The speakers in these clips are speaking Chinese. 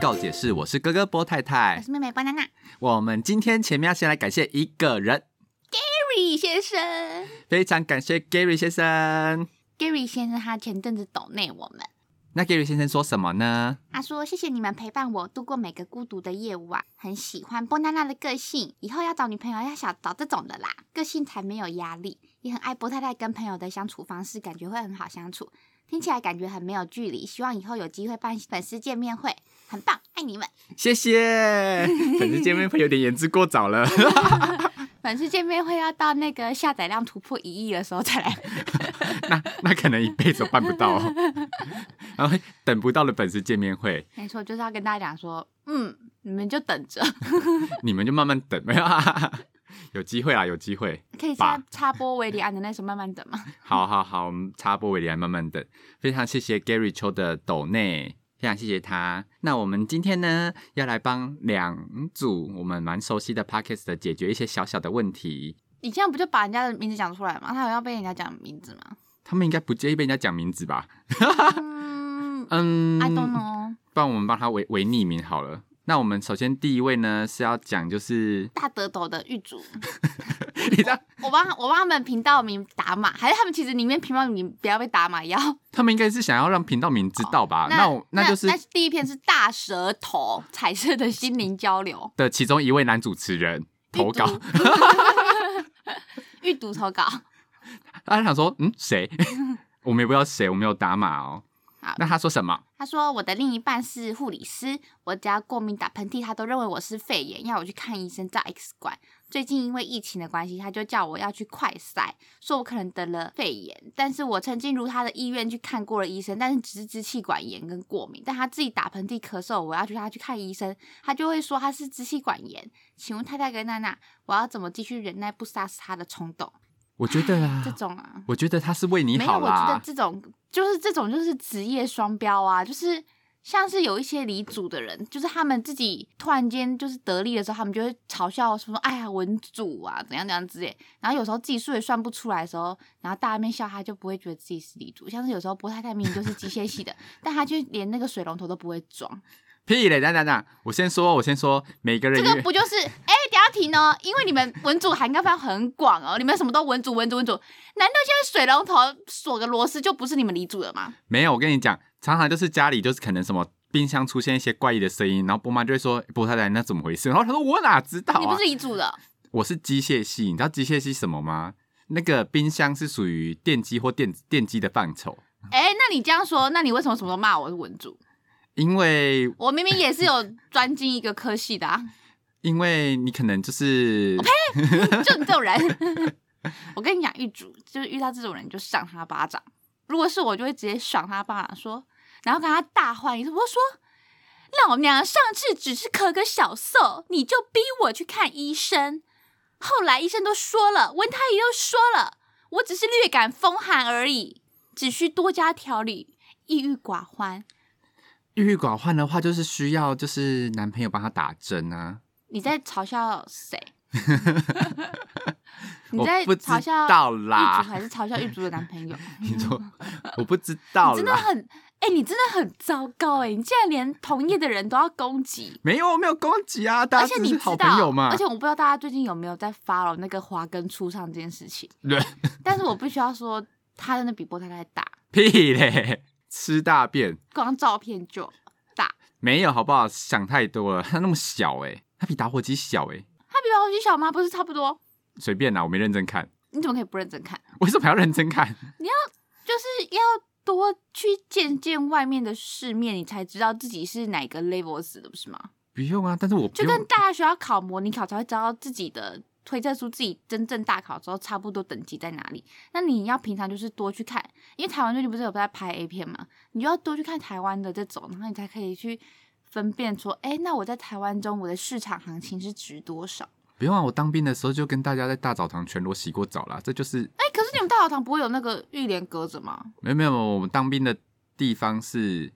告解释，我是哥哥波太我太。是妹妹 banana 我们今天前面要先来感谢一个人， Gary 先生非常感谢 Gary 先生。 ，Gary 先生他前阵子抖内我们，那 Gary 先生说什么呢？他说谢谢你们陪伴我度过每个孤独的夜晚，很喜欢 banana 的个性，以后要找女朋友要想找这种的啦，个性才没有压力，也很爱波太太跟朋友的相处方式，感觉会很好相处，听起来感觉很没有距离，希望以后有机会办粉丝见面会，很棒，爱你们。谢谢。粉丝见面会有点言之过早了。 粉丝见面会要到那个下载量突破一亿的时候再来，那那可能一辈子都办不到、 哦，然后等不到的粉丝见面会，没错，就是要跟大家讲说，嗯，你们就等着。你们就慢慢等， 没有啊，有机会啊，有机会。可以吧插插播维里安的那首慢慢等吗？ 好好好，我们插播尾来慢慢等。非常谢谢 Gary 抽的斗内，非常谢谢他。那我们今天呢，要来帮两组我们蛮熟悉的 Pockets 的解决一些小小的问题。你这样不就把人家的名字讲出来吗？他有要被人家讲名字吗？他们应该不介意被人家讲名字吧？嗯 嗯，I don't know。不然我们帮他为为匿名好了。那我们首先第一位呢是要讲，就是 大德斗的狱主，你知道我帮我帮他们频道名打码，还是他们其实里面频道名不要被打码，也要他们应该是想要让频道名知道吧？啊那我哦那那就是那第一篇是大舌头彩色的心灵交流的其中一位男主持人投稿，， 狱毒投稿，他想说，嗯，谁？ 我们也不知道谁，我没有打码哦好。那他说什么？他说：“我的另一半是护理师，我只要过敏打喷嚏，他都认为我是肺炎，要我去看医生照 X 光。最近因为疫情的关系，他就叫我要去快筛，说我可能得了肺炎。但是我曾经如他的意愿去看过了医生，但是只是支气管炎跟过敏。但他自己打喷嚏、咳嗽，我要去他去看医生，他就会说他是支气管炎。请问太太跟娜娜，我要怎么继续忍耐不杀死他的冲动？我觉得啊这，种啊，我觉得他是为你没有，好我觉得啦。这种就是这种就是职业双标啊，就是像是有一些离组的人，就是他们自己突然间就是得利的时候，他们就会嘲笑说：“哎呀，文组啊，怎样怎样之类。”然后有时候自己数也算不出来的时候，然后大家面笑他，就不会觉得自己是离组。像是有时候波太太明明就是机械系的，但他就连那个水龙头都不会装，屁嘞！等等等，我先说，我先说，每个人这因个为不就是哎，等一下停哦，因为你们文组涵盖范围很广哦，你们什么都文组文组文组，难道现在水龙头锁个螺丝就不是你们离组了吗？没有。我跟你讲，常常就是家里就是可能什么冰箱出现一些怪异的声音，然后波妈就会说：“波太太，那怎么回事？”然后他说：“我哪知道你不啊是离组的。”我是机械系，你知道机械系什么吗？那个冰箱是属于电机或电电机的范畴，哎、那你这样说，那你为什么什么都骂我是文主？因为我明明也是有专精一个科系的啊，因为你可能就是就你这种人。我跟你讲，狱主就是遇到这种人就赏他巴掌。如果是我，就会直接赏他巴掌，说，然后跟他大换一次，我就说。老娘上次只是咳个小嗽，你就逼我去看医生。后来医生都说了，文太医都说了，我只是略感风寒而已，只需多加调理，抑郁寡欢。郁郁寡欢的话，就是需要就是男朋友帮她打针啊。你在嘲笑 谁？你我在不知嘲笑道玉竹啦，还是嘲笑玉竹的男朋友？ 你说我不知道你真的啦，很哎、你真的很糟糕哎、你竟然连同业的人都要攻击，没有我没有攻击啊，大而家且只你是知好道，朋友嘛。而且我不知道大家最近有没有在 follow 那个华根初上这件事情，对但是我必须要说，他真的比波太太大，屁嘞，吃大便光照片就大，没有好不好？想太多了，他那么小哎、他比打火机小哎、他比王小吗？不是差不多？随便啦，我没认真看， 你怎么可以不认真看？为什么要认真看？就是要多去见见外面的世面，你才知道自己是哪个 level 死的，不是吗？不用啊，但是我不就用跟大学要考模拟考才会知道自己的推测出自己真正大考之后差不多等级在哪里。那你要平常就是多去看，因为台湾最近不是有在拍 A 片嘛，你就要多去看台湾的这种，然后你才可以去分辨说，哎、那我在台湾中我的市场行情是值多少？不用啊，我当兵的时候就跟大家在大澡堂全裸洗过澡啦，这就是哎、可是你们大澡堂不会有那个浴帘隔着吗？没有没有，我们当兵的地方是，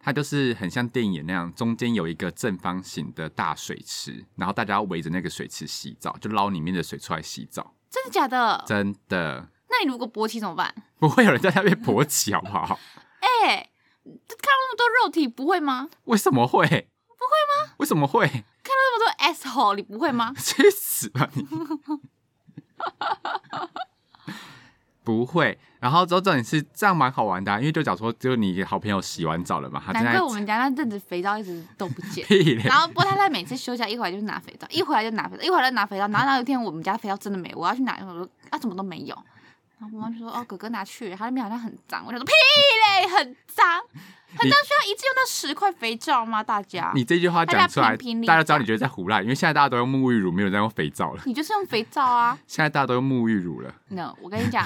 它就是很像电影那样，中间有一个正方形的大水池，然后大家要围着那个水池洗澡，就捞里面的水出来洗澡。真的假的？真的那你如果勃起怎么办？不会有人在那边啊勃起，好不好？哎、看到那么多肉体不会吗？为什么会？ 不为什么会？那么多 S 吼，你不会吗？去死吧你！不会，然后之后重点是这样蛮好玩的啊、因为就讲说，就你好朋友洗完澡了嘛，他正难在怪我们家那阵子肥皂一直都不见。屁嘞然，后波太太每次休假一回来就拿肥皂，一回来就拿肥皂，一回 来就拿肥皂。然后那一天我们家肥皂真的没，我要去拿，我说啊怎么都没有。然后我妈就说哦哥哥拿去，他那边好像很脏。我想说屁嘞，很脏，很脏需要一次用到十块肥皂吗？大家，你这句话讲出来，大家评评理大家知道你觉得在胡乱，因为现在大家都用沐浴乳，没有人在用肥皂了，你就是用肥皂啊。现在大家都用沐浴乳了。 no，我跟你讲，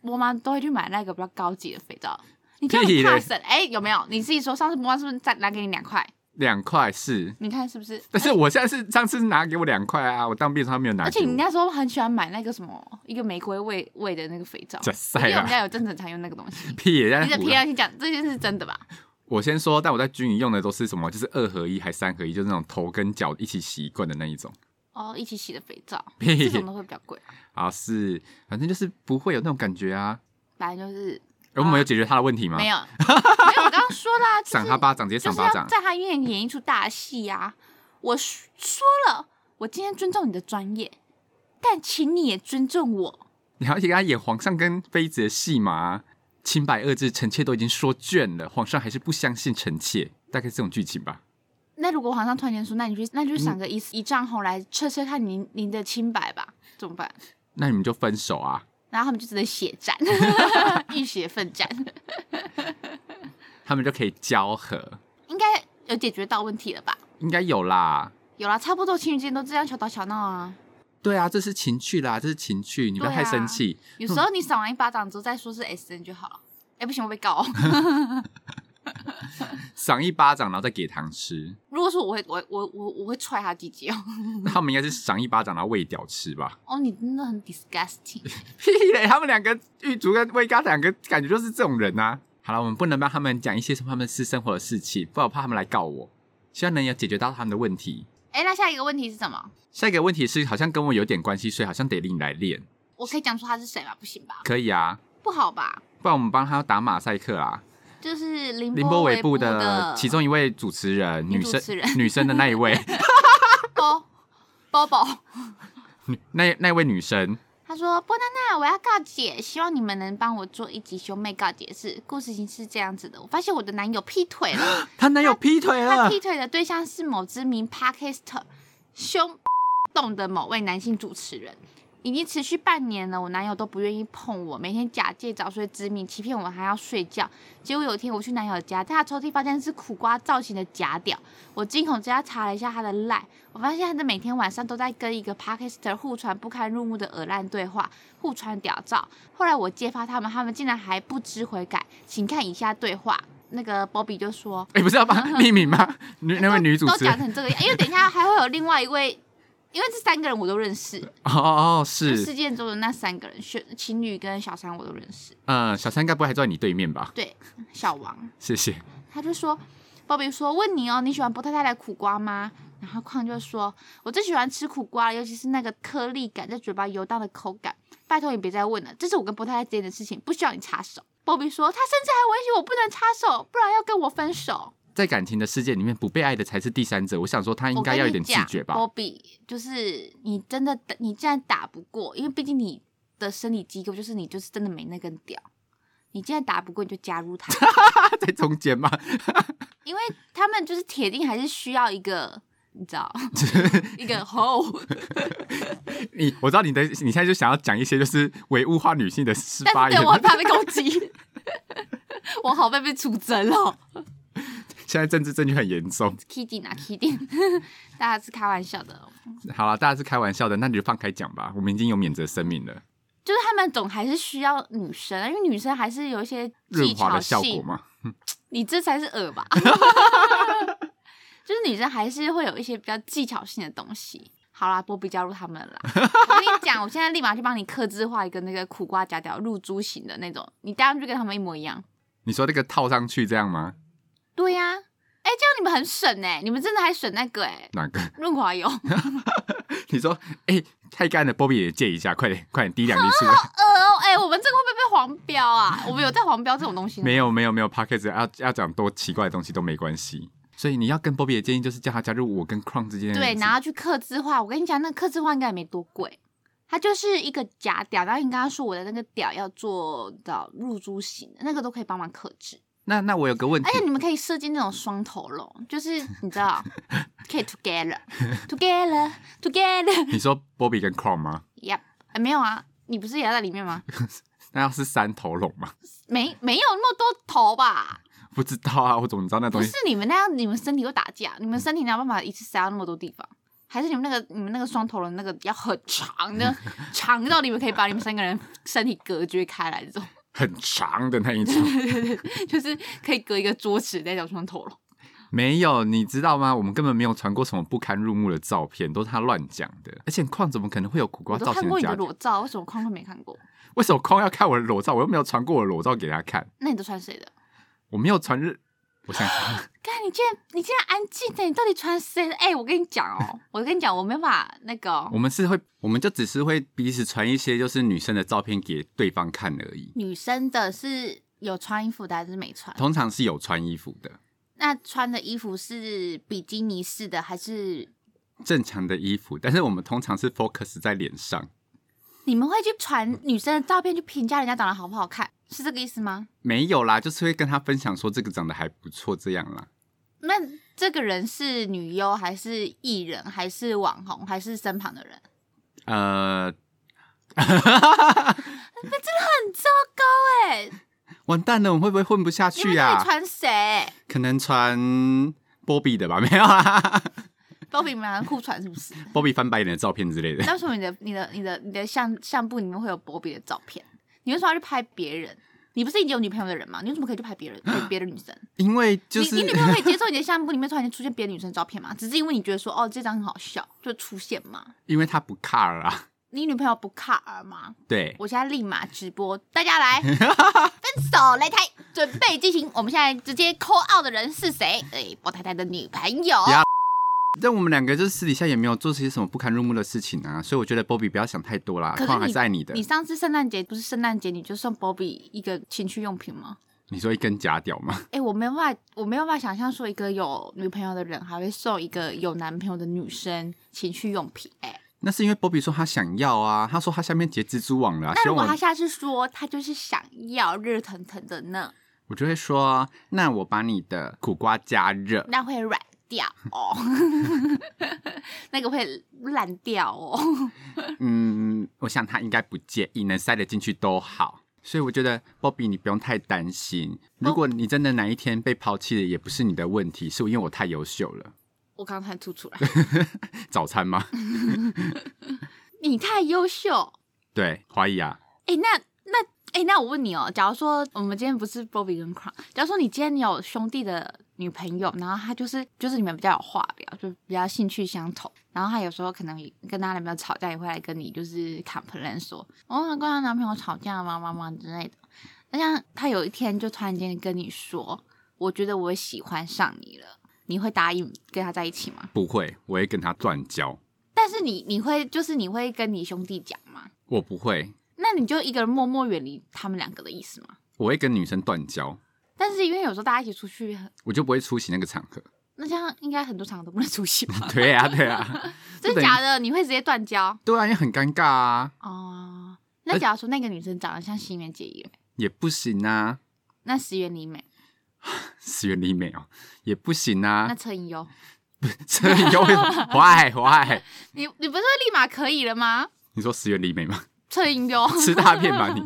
我妈都会去买那个比较高级的肥皂。你这样屁很怕嘞省哎，有没有？你自己说，上次妈妈是不是再拿给你两块？两块是，你看是不是？ 但是我现在是上次拿给我两块啊，我当兵的时候他没有拿而给且你我。那时候很喜欢买那个什么一个玫瑰味味的那个肥皂，假因赛为我们啊，家有真正常用那个东西。 屁耶！你在的啊胡皮乱。良心讲这件事真的吧？我先说，但我在军营用的都是什么？就是二合一还三合一，就是那种头跟脚一起洗一罐的那一种。哦，一起洗的肥皂，屁这种都会比较贵，啊，是，反正就是不会有那种感觉啊。反 正就是而我们有解决他的问题吗？啊没有，没有。我刚刚说 啦，就赏是他巴掌，直接就赏是巴要掌。在他面前演一出大戏啊！我说说了，我今天尊重你的专业，但请你也尊重我。你要给他演皇上跟妃子的戏码，清白二字，臣妾都已经说倦了，皇上还是不相信臣妾，大概是这种剧情吧。那如果皇上突然间说，那你去，那嗯你就赏个一一丈红来测测看您您的清白吧，怎么办？那你们就分手啊？然后他们就只能血战， 浴血奋战，他们就可以交合，应该有解决到问题了吧？应该有啦。有啦，差不多情侣之间都这样小打小闹啊。对啊，这是情趣啦，这是情趣，你不要对啊太生气。有时候你赏完一巴掌之后再说是 S N 就好了。哎、不行，我被告、哦。 赏、一巴掌，然后再给糖吃。如果说我会，我我我我会踹他姐姐哦。 那他们应该是赏一巴掌，然后喂屌吃吧？哦，你真的很 disgusting。屁嘞！他们两个狱卒跟魏刚两个感觉就是这种人啊。好了，我们不能帮他们讲一些什么他们私生活的事情，不然我怕他们来告我。希望能有解决到他们的问题。哎、那下一个问题是什么？下一个问题是，好像跟我有点关系，所以好像得另来练，我可以讲出他是谁吗？不行吧？可以啊。不好吧？不然我们帮他打马赛克啊，就是凌宁波维维布布的其中一位主持人，女女主生持人女生的那一 位，包包包。女那那位女生，他说：“波娜娜，我要告解，希望你们能帮我做一集兄妹告解式。故事情是这样子的，我发现我的男友劈腿了，她男友劈腿他了劈，腿的对象是某知名 podcaster 胸动的某位男性主持人，已经持续半年了，我男友都不愿意碰我，每天假借早睡之名欺骗我还要睡觉。结果有一天我去男友家，在他抽屉发现是苦瓜造型的假屌，我惊恐之下查了一下他的赖，我发现他的每天晚上都在跟一个 podcaster 互传不堪入目的恶烂对话，互传屌照。后来我揭发他们，他们竟然还不知悔改，请看以下对话。那个 Bobby 就说。哎、不是要帮匿名吗？女 那位女主嗯都持讲人，成这个样，因为等一下还会有另外一位，因为这三个人我都认识，哦哦哦，就是事，件中的那三个人，雪情侣跟小三我都认识，嗯，小三该不会还坐在你对面吧？对，小王谢谢。他就说，鲍比说问你哦，你喜欢波太太的苦瓜吗？然后矿就说，我最喜欢吃苦瓜了，尤其是那个颗粒感在嘴巴游荡的口感。拜托你别再问了，这是我跟波太太之间的事情，不需要你插手。鲍比说，他甚至还威胁我不能插手，不然要跟我分手。在感情的世界里面，不被爱的才是第三者。我想说，他应该要有点自觉吧我。跟你讲，Bobby，就是你真的打，你既然打不过，因为毕竟你的生理机构就是你就是真的没那根屌，你既然打不过，你就加入 他，他在中间嘛，因为他们就是铁定还是需要一个，你 知道，一个吼，你我知道你的，你现在就想要讲一些就是唯物化女性的十但八是言对我，很怕被攻 击，我好怕被出征哦。现在政治正确很严重。 Kitty 啊 Kitty，大家是开玩笑的哦，好了，大家是开玩笑的，那你就放开讲吧。我们已经有免责声明了，就是他们总还是需要女生，啊因为女生还是有一些技润滑巧的效性果。嘛。你这才是恶吧？ 就是女生还是会有一些比较技巧性的东西。好啦，波比加入他们了啦。我跟你讲，我现在立马去帮你刻制化一个那个苦瓜夹掉入珠型的那种，你戴上去跟他们一模一样。你说这个套上去这样吗？对呀、哎、这样你们很省哎、你们真的还省那个哎、哪个？ 润滑油， 呃你说，哎、太干了，波比也借一下，快点，快点滴两滴 出来。哦哎、我们这个会不会被黄标啊？我们有在黄标这种东西吗没有，没有，没有 p o c k e t 要要讲多奇怪的东西都没关系。所以你要跟 Bobby 的建议就是叫他加入我跟 Crown 之间的对，日子然后去刻字化。我跟你讲，那刻字化应该也没多贵，它就是一个假屌。然后你刚刚说我的那个屌要做到入珠型的，那个都可以帮忙刻制。那那我有个问题而，且你们可以设计那种双头龙，就是你知道，可以 together together together。你说 Bobby 跟 Crown 吗？ Yep，、哎没有啊，你不是也在里面吗？那要是三头龙吗？没没有那么多头吧？不知道啊，我怎么知道那不东是西？你们那样，你们身体会打架，你们身体哪有办法一次塞到那么多地方？还是你们那个你们那个双头龙那个要很长的， 长到你们可以把你们三个人身体隔绝开来，这种很长的那一种。就是可以隔一个桌子那种双头龙。没有，你知道吗？我们根本没有传过什么不堪入目的照片，都是他乱讲的。而且矿怎么可能会有苦瓜我都造看型过的你家的庭？裸照，为什么匡坤没看过？为什么矿要看我的裸照？我又没有传过我的裸照给他看，那你都穿谁的？看我没有传日。我想想， 你竟然你竟然安静的，你到底穿谁的？哎、我跟你讲 哦，我跟你讲，我没办法那个哦、我们是会，我们就只是会彼此传一些就是女生的照片给对方看而已。女生的是有穿衣服的还是没穿？通常是有穿衣服的，那穿的衣服是比基尼式的还是正常的衣服，但是我们通常是 focus 在脸上。你们会去传女生的照片去评价人家长得好不好看，是这个意思吗？没有啦，就是会跟他分享说这个长得还不错这样啦。那这个人是女优还是艺人还是网红还是身旁的人？呃，很糟糕哎、完蛋了，我们会不会混不下你去啊们到呀、底传谁？可能传波比的吧，没有啊，包比你们两个互传是不是？波比翻白眼的照片之类的。那为什么你的、你的、你的、你的相相簿里面会有波比的照片？你为什么要去拍别人？你不是已经有女朋友的人吗？你为什么可以去拍别人、拍别的女生？因为就是你你女朋友可以接受你的相簿里面突然间出现别的女生的照片吗？只是因为你觉得说哦这张很好笑就出现吗？因为他不 care 啦，你女朋友不卡尔吗？ 对，我现在立马直播，大 家来分手擂台，准备进行。我们现在直接 call out 的人是谁？哎、我太太的女朋友。呀但我们两个就是私底下也没有做些什么不堪入目的事情啊，所以我觉得波比不要想太多啦，可是矿还你是爱你的。你上次圣诞节不是圣诞节，你就送 Bobby 一个情趣用品吗？你说一根假屌吗？哎、我没有办法，我没有办法想象说一个有女朋友的人还会送一个有男朋友的女生情趣用品、哎，那是因为波比说他想要啊，他说他下面结蜘蛛网了、啊，那希如望果他我下次说他就是想要热腾腾的呢，我就会说，那我把你的苦瓜加热。那会软掉哦， 那个会烂掉哦。 嗯，我想他应该不介意，能塞得进去都好。所以我觉得波比你不用太担心。如果你真的哪一天被抛弃了，也不是你的问题，是因为我太优秀了。 我刚才吐出来，早餐吗？你太优秀。对，怀疑啊。哎、那那哎、那我问你哦，假如说我们今天不是 Bobby 跟 Crown，假如说你今天你有兄弟的女朋友，然后她就是就是你们比较有话聊，就比较兴趣相投，然后她有时候可能跟她男朋友吵架，也会来跟你就是 complain 说，哦，跟她男朋友吵架嘛，嘛嘛之类的。那像她有一天就突然间跟你说，我觉得我喜欢上你了，你会答应跟她在一起吗？不会，我会跟他断交。但是你你会就是你会跟你兄弟讲吗？我不会，那你就一个人默默远离他们两个的意思吗？我会跟女生断交，但是因为有时候大家一起出去，我就不会出席那个场合。？那这样应该很多场合都不能出席吧 对啊，对啊，真的假的？你会直接断 交对啊，也很尴尬啊，哦？那假如说那个女生长得像石原结衣，也不行啊。那石原里美，石原里美哦，也不行啊那。车银优， 这里又会 why why？你你不是立马可以了吗？你说石原里美吗？车银 优，吃大便吧你！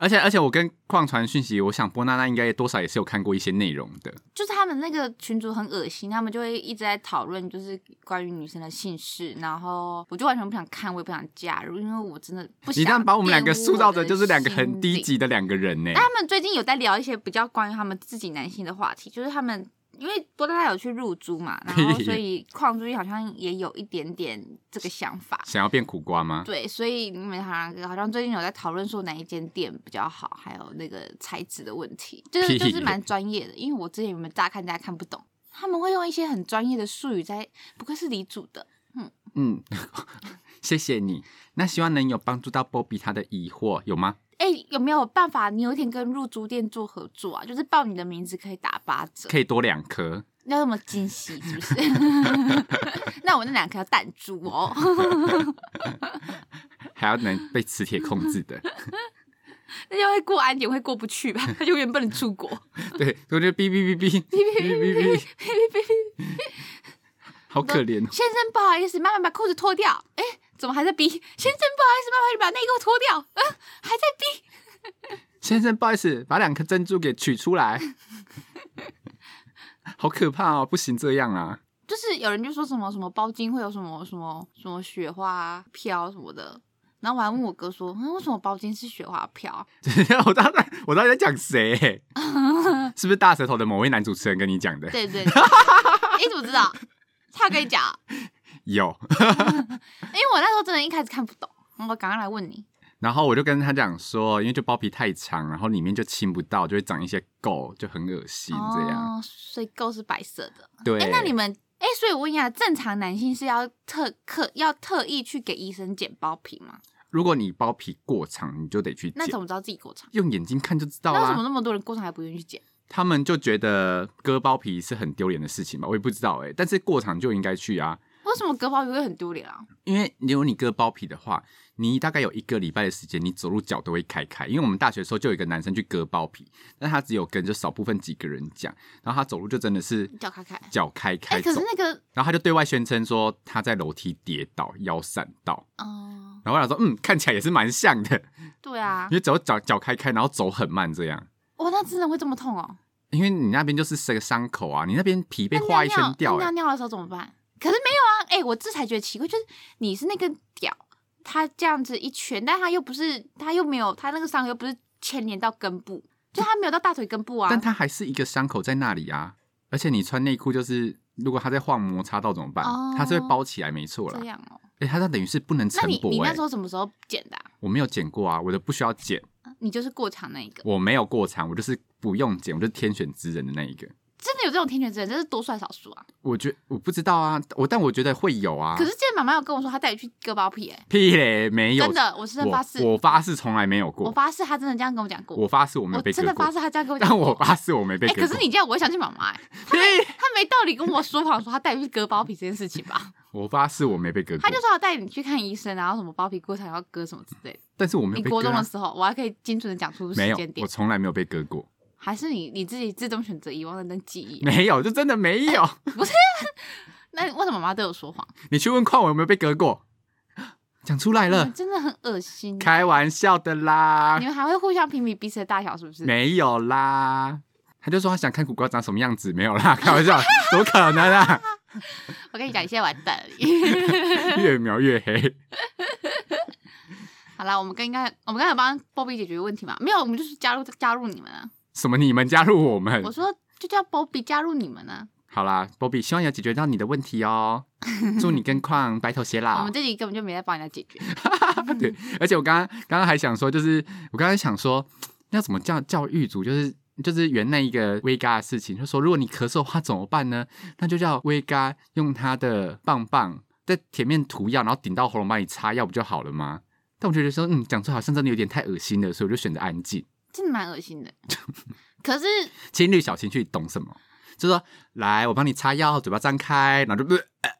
而且而且，我跟矿传讯息，我想波娜娜应该多少也是有看过一些内容的。就是他们那个群主很恶心，他们就会一直在讨论，就是关于女生的姓氏，然后我就完全不想看，我也不想加入，因为我真的不想。你这样把我们两个塑造的就是两个很低级。级的两个人呢、但哎他们最近有在聊一些比较关于他们自己男性的话题，就是他们因为波多拉有去入租嘛，然后所以矿珠好像也有一点点这个想法。想要变苦瓜吗？对，所以你们好像好像最近有在讨论说哪一间店比较好，还有那个材质的问题，就是屁就是蛮专业的。因为我之前有没有乍看大家看不懂，他们会用一些很专业的术语在，不愧是李主的。 嗯，谢谢你。那希望能有帮助到波比他的疑惑，有吗？哎、有没有办法？你有一天跟入珠店做合作啊？就是报你的名字可以打八折，可以多两颗。要那么惊喜是不 是？那我那两颗要弹珠 哦。还要能被磁铁控制 的，那要会过安检会过不去 吧？他永远不能出国。对，我就哔哔哔哔哔哔哔哔，好可怜哦。先生，不好意思，慢慢把裤子脱掉。哎、怎么还在逼？ 先生，不好意思，慢慢把内裤脱掉。嗯、还在逼。先生，不好意思，把两颗珍珠给取出来， 好可怕哦！不行这样啊， 就是有人就说什么什么包巾会有什么什么什么雪花飘什么的，然后我还问我哥说，嗯，为什么包巾是雪花飘啊？我到底我到底在讲谁、 是不是大舌头的某位男主持人跟你讲的？对对 对，哎、你怎么知道？他跟你讲啊，有。因为我那时候真的一开始看不懂，我赶快来问你。然后我就跟他讲说，因为就包皮太长，然后里面就亲不到，就会长一些垢，就很恶心这样。哦，所以垢是白色的。对，哎、那你们哎、所以我问一下，正常男性是要特刻要特意去给医生剪包皮吗？如果你包皮过长，你就得去那剪啊怎，么知道自己过长？用眼睛看就知道那为什啦么。那么多人过长还不愿意去剪？他们就觉得割包皮是很丢脸的事情吧，我也不知道哎、但是过场就应该去啊，为什么割包皮会很丢脸啊？因为如果你割包皮的话，你大概有一个礼拜的时间，你走路脚都会开开。因为我们大学的时候就有一个男生去割包皮，但他只有跟就少部分几个人讲，然后他走路就真的是脚开开脚开哎、开可是走，那个，然后他就对外宣称说他在楼梯跌倒，腰闪到。嗯、然后我想说，嗯，看起来也是蛮像的，对啊因，为走脚脚开开，然后走很慢这样。哇，那真的会这么痛哦。因为你那边就是是个伤口啊，你那边皮被那划一尿圈尿掉、那欸，尿尿的时候怎么办？可是没有啊，哎、我这才觉得奇怪，就是你是那个屌，他这样子一圈，但他又不是，他又没有，他那个伤又不是牵连到根部，就他没有到大腿根部啊。但它还是一个伤口在那里啊。而且你穿内裤，就是如果它在晃摩擦到怎么办？哦它是会包起来，没错啦这。样哦、哎、它它等于是不能那晨你你勃哎、那时候什么时候剪的啊、我没有剪过啊，我的不需要剪，你就是过长那一个，我没有过长，我就是不用剪，我就是天选之人的那一个。真的有这种天选之人，这是多算少数啊。我觉我不知道啊，我但我觉得会有啊可。是之前妈妈有跟我说，她带你去割包皮、欸，屁嘞，没有真，的，我真的发誓，我我发誓从来没有我过，发誓，她真的这样跟我讲过，我发誓我没有被真割的发过，誓，她这样跟我 讲但过。我发誓我没被哎、割过。可是你这样，我会相信妈妈、欸。屁，他没道理跟我说谎，说他带你去割包皮这件事情 吧？我发誓我没被割过他，就说他带你去看医生，然后什么包皮过长要割什么之类的。但是我没有你被国割、中的啊，时候，我还可以精准的讲出时没有间，点我，从来没有被割过。还是你你自己自动选择遗忘了那记忆啊？ 没有，就真的没有。 那为什么妈妈对我说谎？你去问邝伟有没有被割过， 讲出来你了们，真的很恶心。欸开玩笑的啦嗯你，们还会互相评比彼此的大小，是不是？没有啦。他就说他想看苦瓜长什么样子，没有啦， 开玩笑，怎么可能 啊？我跟你讲，你现在完蛋了。越描越黑。 好啦，我们跟应该，我们刚才有帮波比解决问题嘛？没有，我们就是加入加入你们啊。什么？你们加入我们我？说就叫波比加入你们啊。好啦，Bobby，希望有解决到你的问题哦。祝你跟邝白头偕我 老们。这里根本就没在帮人家解决。 对，而且我刚刚刚刚还想说，就是我刚刚想说，要怎么教教育组，就是就是原那一个威嘎的事情，就说如果你咳嗽的话怎么办呢？那就叫威嘎用他的棒棒在前面涂药，然后顶到喉咙帮你擦药，不就好了吗？但我觉得说，嗯，讲出来好像真的有点太恶心了，所以我就选择安静。真的蛮恶心 的。可是情侣小情绪懂什么？就说来，我帮你擦药，嘴巴张开，然后就、呃、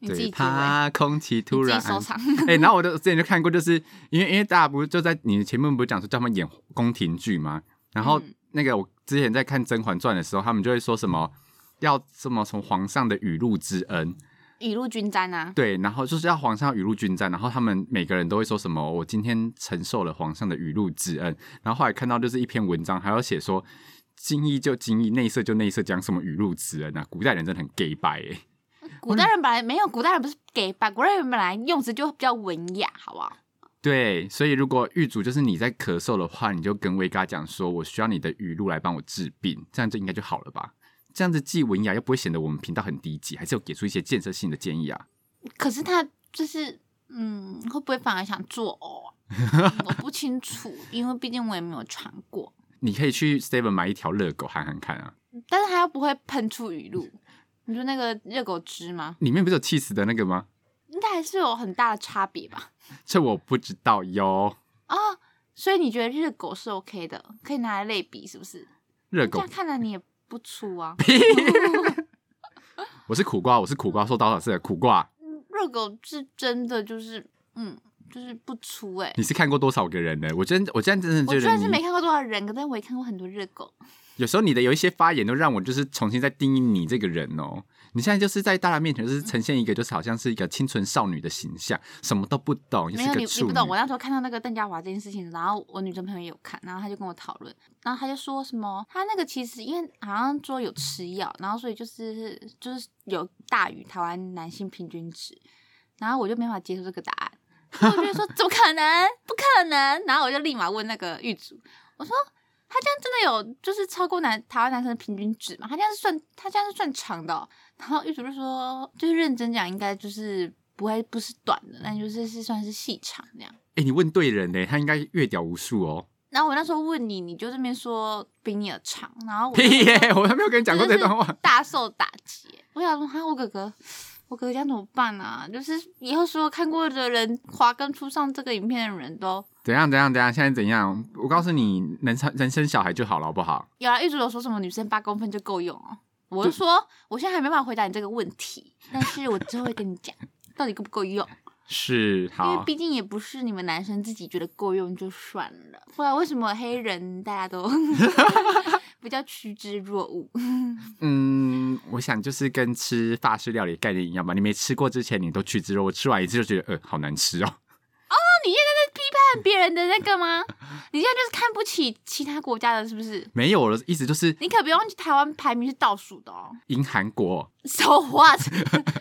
你自己 嘴结尾，巴空气突你自然己收场。哎、然后我就之前就看过，就是因为因为大家不是就在你前面不是讲说叫他们演宫廷剧吗？然后嗯那个我之前在看《甄嬛传》的时候，他们就会说什么要什么从皇上的雨露之恩，雨露均沾啊！对，然后就是要皇上雨露均沾，然后他们每个人都会说什么我今天承受了皇上的雨露之恩，然后后来看到就是一篇文章还要写说。精益就精益，内射就内射，讲什么雨露之恩啊？古代人真的很 gay 白哎、古代人本来没有，古代人不是给吧？古代人本来用词就比较文雅，好不好？对，所以如果狱主就是你在咳嗽的话，你就跟威嘎讲说，我需要你的语录来帮我治病，这样就应该就好了吧？这样子既文雅又不会显得我们频道很低级，还是有给出一些建设性的建议啊。可是他就是，嗯，会不会反而想做 呕啊？我不清楚，因为毕竟我也没有尝过。你可以去 Seven 买一条热狗喊喊看啊，但是他又不会喷出雨露，你说那个热狗汁吗？里面不是有气死的那个吗？应该还是有很大的差别吧？这我不知道哟。啊、所以你觉得热狗是 OK 的，可以拿来类比，是不是？热这狗样，看来你也不粗啊。 我是苦瓜，我是苦瓜，受到老师的苦瓜。热狗是真的就是，嗯，就是不粗哎、你是看过多少个人呢？我真，我真的真的我觉虽得然是没你看过多少人，可但我也看过很多热狗。有时候你的有一些发言都让我就是重新再定义你这个人哦。你现在就是在大家面前就是呈现一个就是好像是一个清纯少女的形象，什么都不懂，也没是有个你，你处不女。懂。我那时候看到那个邓家华这件事情，然后我女生朋友也有看，然后她就跟我讨论，然后她就说什么，她那个其实因为好像说有吃药，然后所以就是就是有大于台湾男性平均值，然后我就没法接受这个答案，所以我就说怎么可能，不可能，然后我就立马问那个狱主，我说。他这样真的有就是超过男台湾男生的平均值吗？他这样是算他这样是算长的哦、然后狱主就说，就是认真讲，应该就是不会不是短的，但就是是算是细长这样。哎、你问对人呢，他应该阅屌无数哦。然后我那时候问你，你就这边说比你的长，然后 我屁耶、我还没有跟你讲过这真的段是话。大受打击耶。我想说，哈，我哥哥，我哥哥这样怎么办啊？就是以后所有看过的人，华根初上这个影片的人都怎样怎样怎样？现在怎样？我告诉你，能生能生小孩就好了，好不好？有啊。玉主有说什么女生八公分就够用哦。我就说，我现在还没办法回答你这个问题，但是我之后会跟你讲，到底够不够用。是因好为，毕竟也不是你们男生自己觉得够用就算了。不然为什么黑人大 家都比较趋之若鹜？ 嗯，我想就是跟吃法式料理的概念一样吧。你没吃过之前，你都去之后，我吃完一次就觉得，呃，好难吃哦。看别人的那个吗？你现在就是看不起其他国家的，是不是？没有了，意思就是你可别忘记台湾排名是倒数的哦。赢韩国， So what？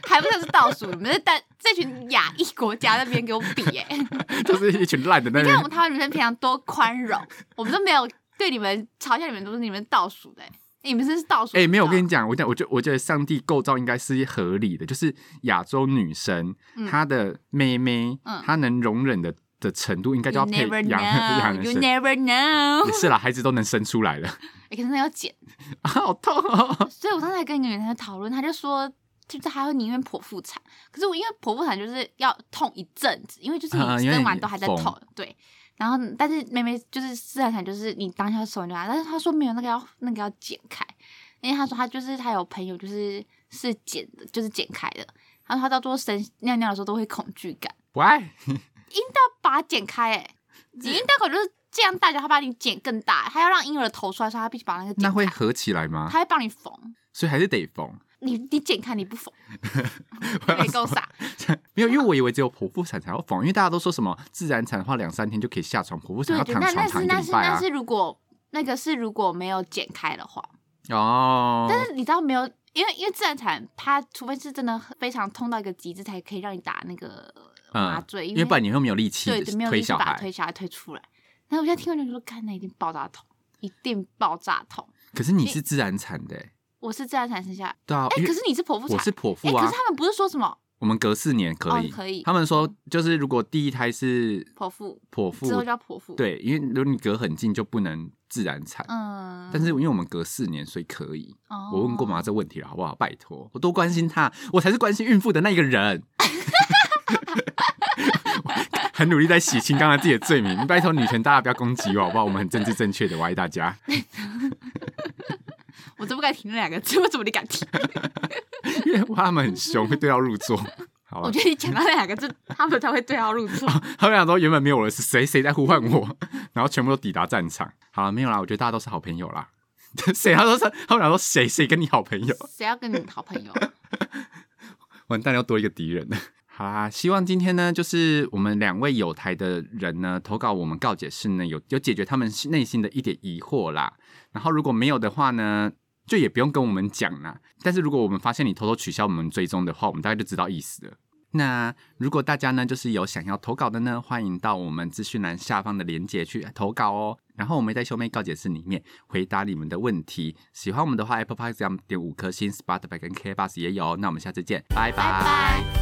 还不算是倒数，你们在带这群亚裔国家那边给我比耶、 就是一群烂的那你看人。我们台湾女生平常多宽容，我们都没有对你们嘲笑你们，都是你们倒数的耶、你们真是倒数。哎、没有，我跟你你讲，我讲，我觉我觉得上帝构造应该是合理的，就是亚洲女生、嗯她的妹妹，嗯她能容忍的的程度，应该知就道要 You 配 never 洋洋 know, 人 you 生。 never know。也是啦，孩子都能生出来了，欸、可是那要剪，啊 好痛哦！所以我上次还跟一个女生在讨论，她就说，就是她会宁愿剖腹产，可是我因为剖腹产就是要痛一阵子，因为就是啊你因为生完你都还在缝痛，对。然后，但是妹妹就是自然产，就是你当下手你就拿，但是她说没有那个要那个要剪开，因为她说她就是她有朋友就是是剪的，就是剪开的，她说她到最后生尿尿的时候都会恐惧感， 喂，把它剪开、欸，哎，你阴道口就是这样大小，她把你剪更大，她要让婴儿头出来的时候，她必须把那个剪那会开合起来吗？她会帮你缝。所以还是得缝。你你剪开你 不缝，我有要点够 傻。 没有，因为我以为只有剖腹产才要缝，因为大家都说什么自然产的话两三天就可以下床，剖腹产对要对，躺那那床躺一是个那礼是拜那啊。是如果那个是如果没有剪开的话，哦，但是你知道没有，因为因为自然产它除非是真的非常痛到一个极致，才可以让你打那个嗯麻醉，因为为不然你会没有力气对对没有推力气小把它孩推。小孩推出来。然后我现在听完就说，看那一定爆炸痛，一定爆炸痛。可是你是自然产的欸，我是自然产生下来，对啊，哎、因为可是你是剖腹产，我是剖哎、腹啊可是，他们不是说什么我们隔四年可以，哦可以他们说就是如果第一胎是剖腹，剖腹之，后叫剖腹，，对，因为如果你隔很近就不能自然产，嗯，但是因为我们隔四年，所以可以。哦我问过妈妈这问题了，好不好？拜托，我多关心她，我才是关心孕妇的那一个人。 我很努力在洗清刚才自己的罪名，拜托女权大家不要攻击我，好不好？我们很政治正确的，我爱大家。哦我都不敢提那两个字，为 什么你敢提？因为他们很凶，会对号入座。好我吧，觉得你讲到那两个字，他们才会对号入座。他们想说原本没有我的是谁，谁在呼唤我，然后全部都抵达战场。好了，没有啦，我觉得大家都是好朋友啦。 谁？他说是，他们想说谁？谁跟你好朋友？谁要跟你好朋友？啊完蛋，要多一个敌人。好啦，希望今天呢，就是我们两位有台的人呢，投稿我们告解室呢，有有解决他们内心的一点疑惑啦。然后如果没有的话呢，就也不用跟我们讲啦。但是如果我们发现你偷偷取消我们追踪的话，我们大概就知道意思了。那如果大家呢，就是有想要投稿的呢，欢迎到我们资讯栏下方的链接去投稿哦。然后我们在秀妹告解室里面回答你们的问题。喜欢我们的话，Apple Podcast 要点五颗星，Spotify 跟 K Bus 也有哦。那我们下次见，拜拜拜。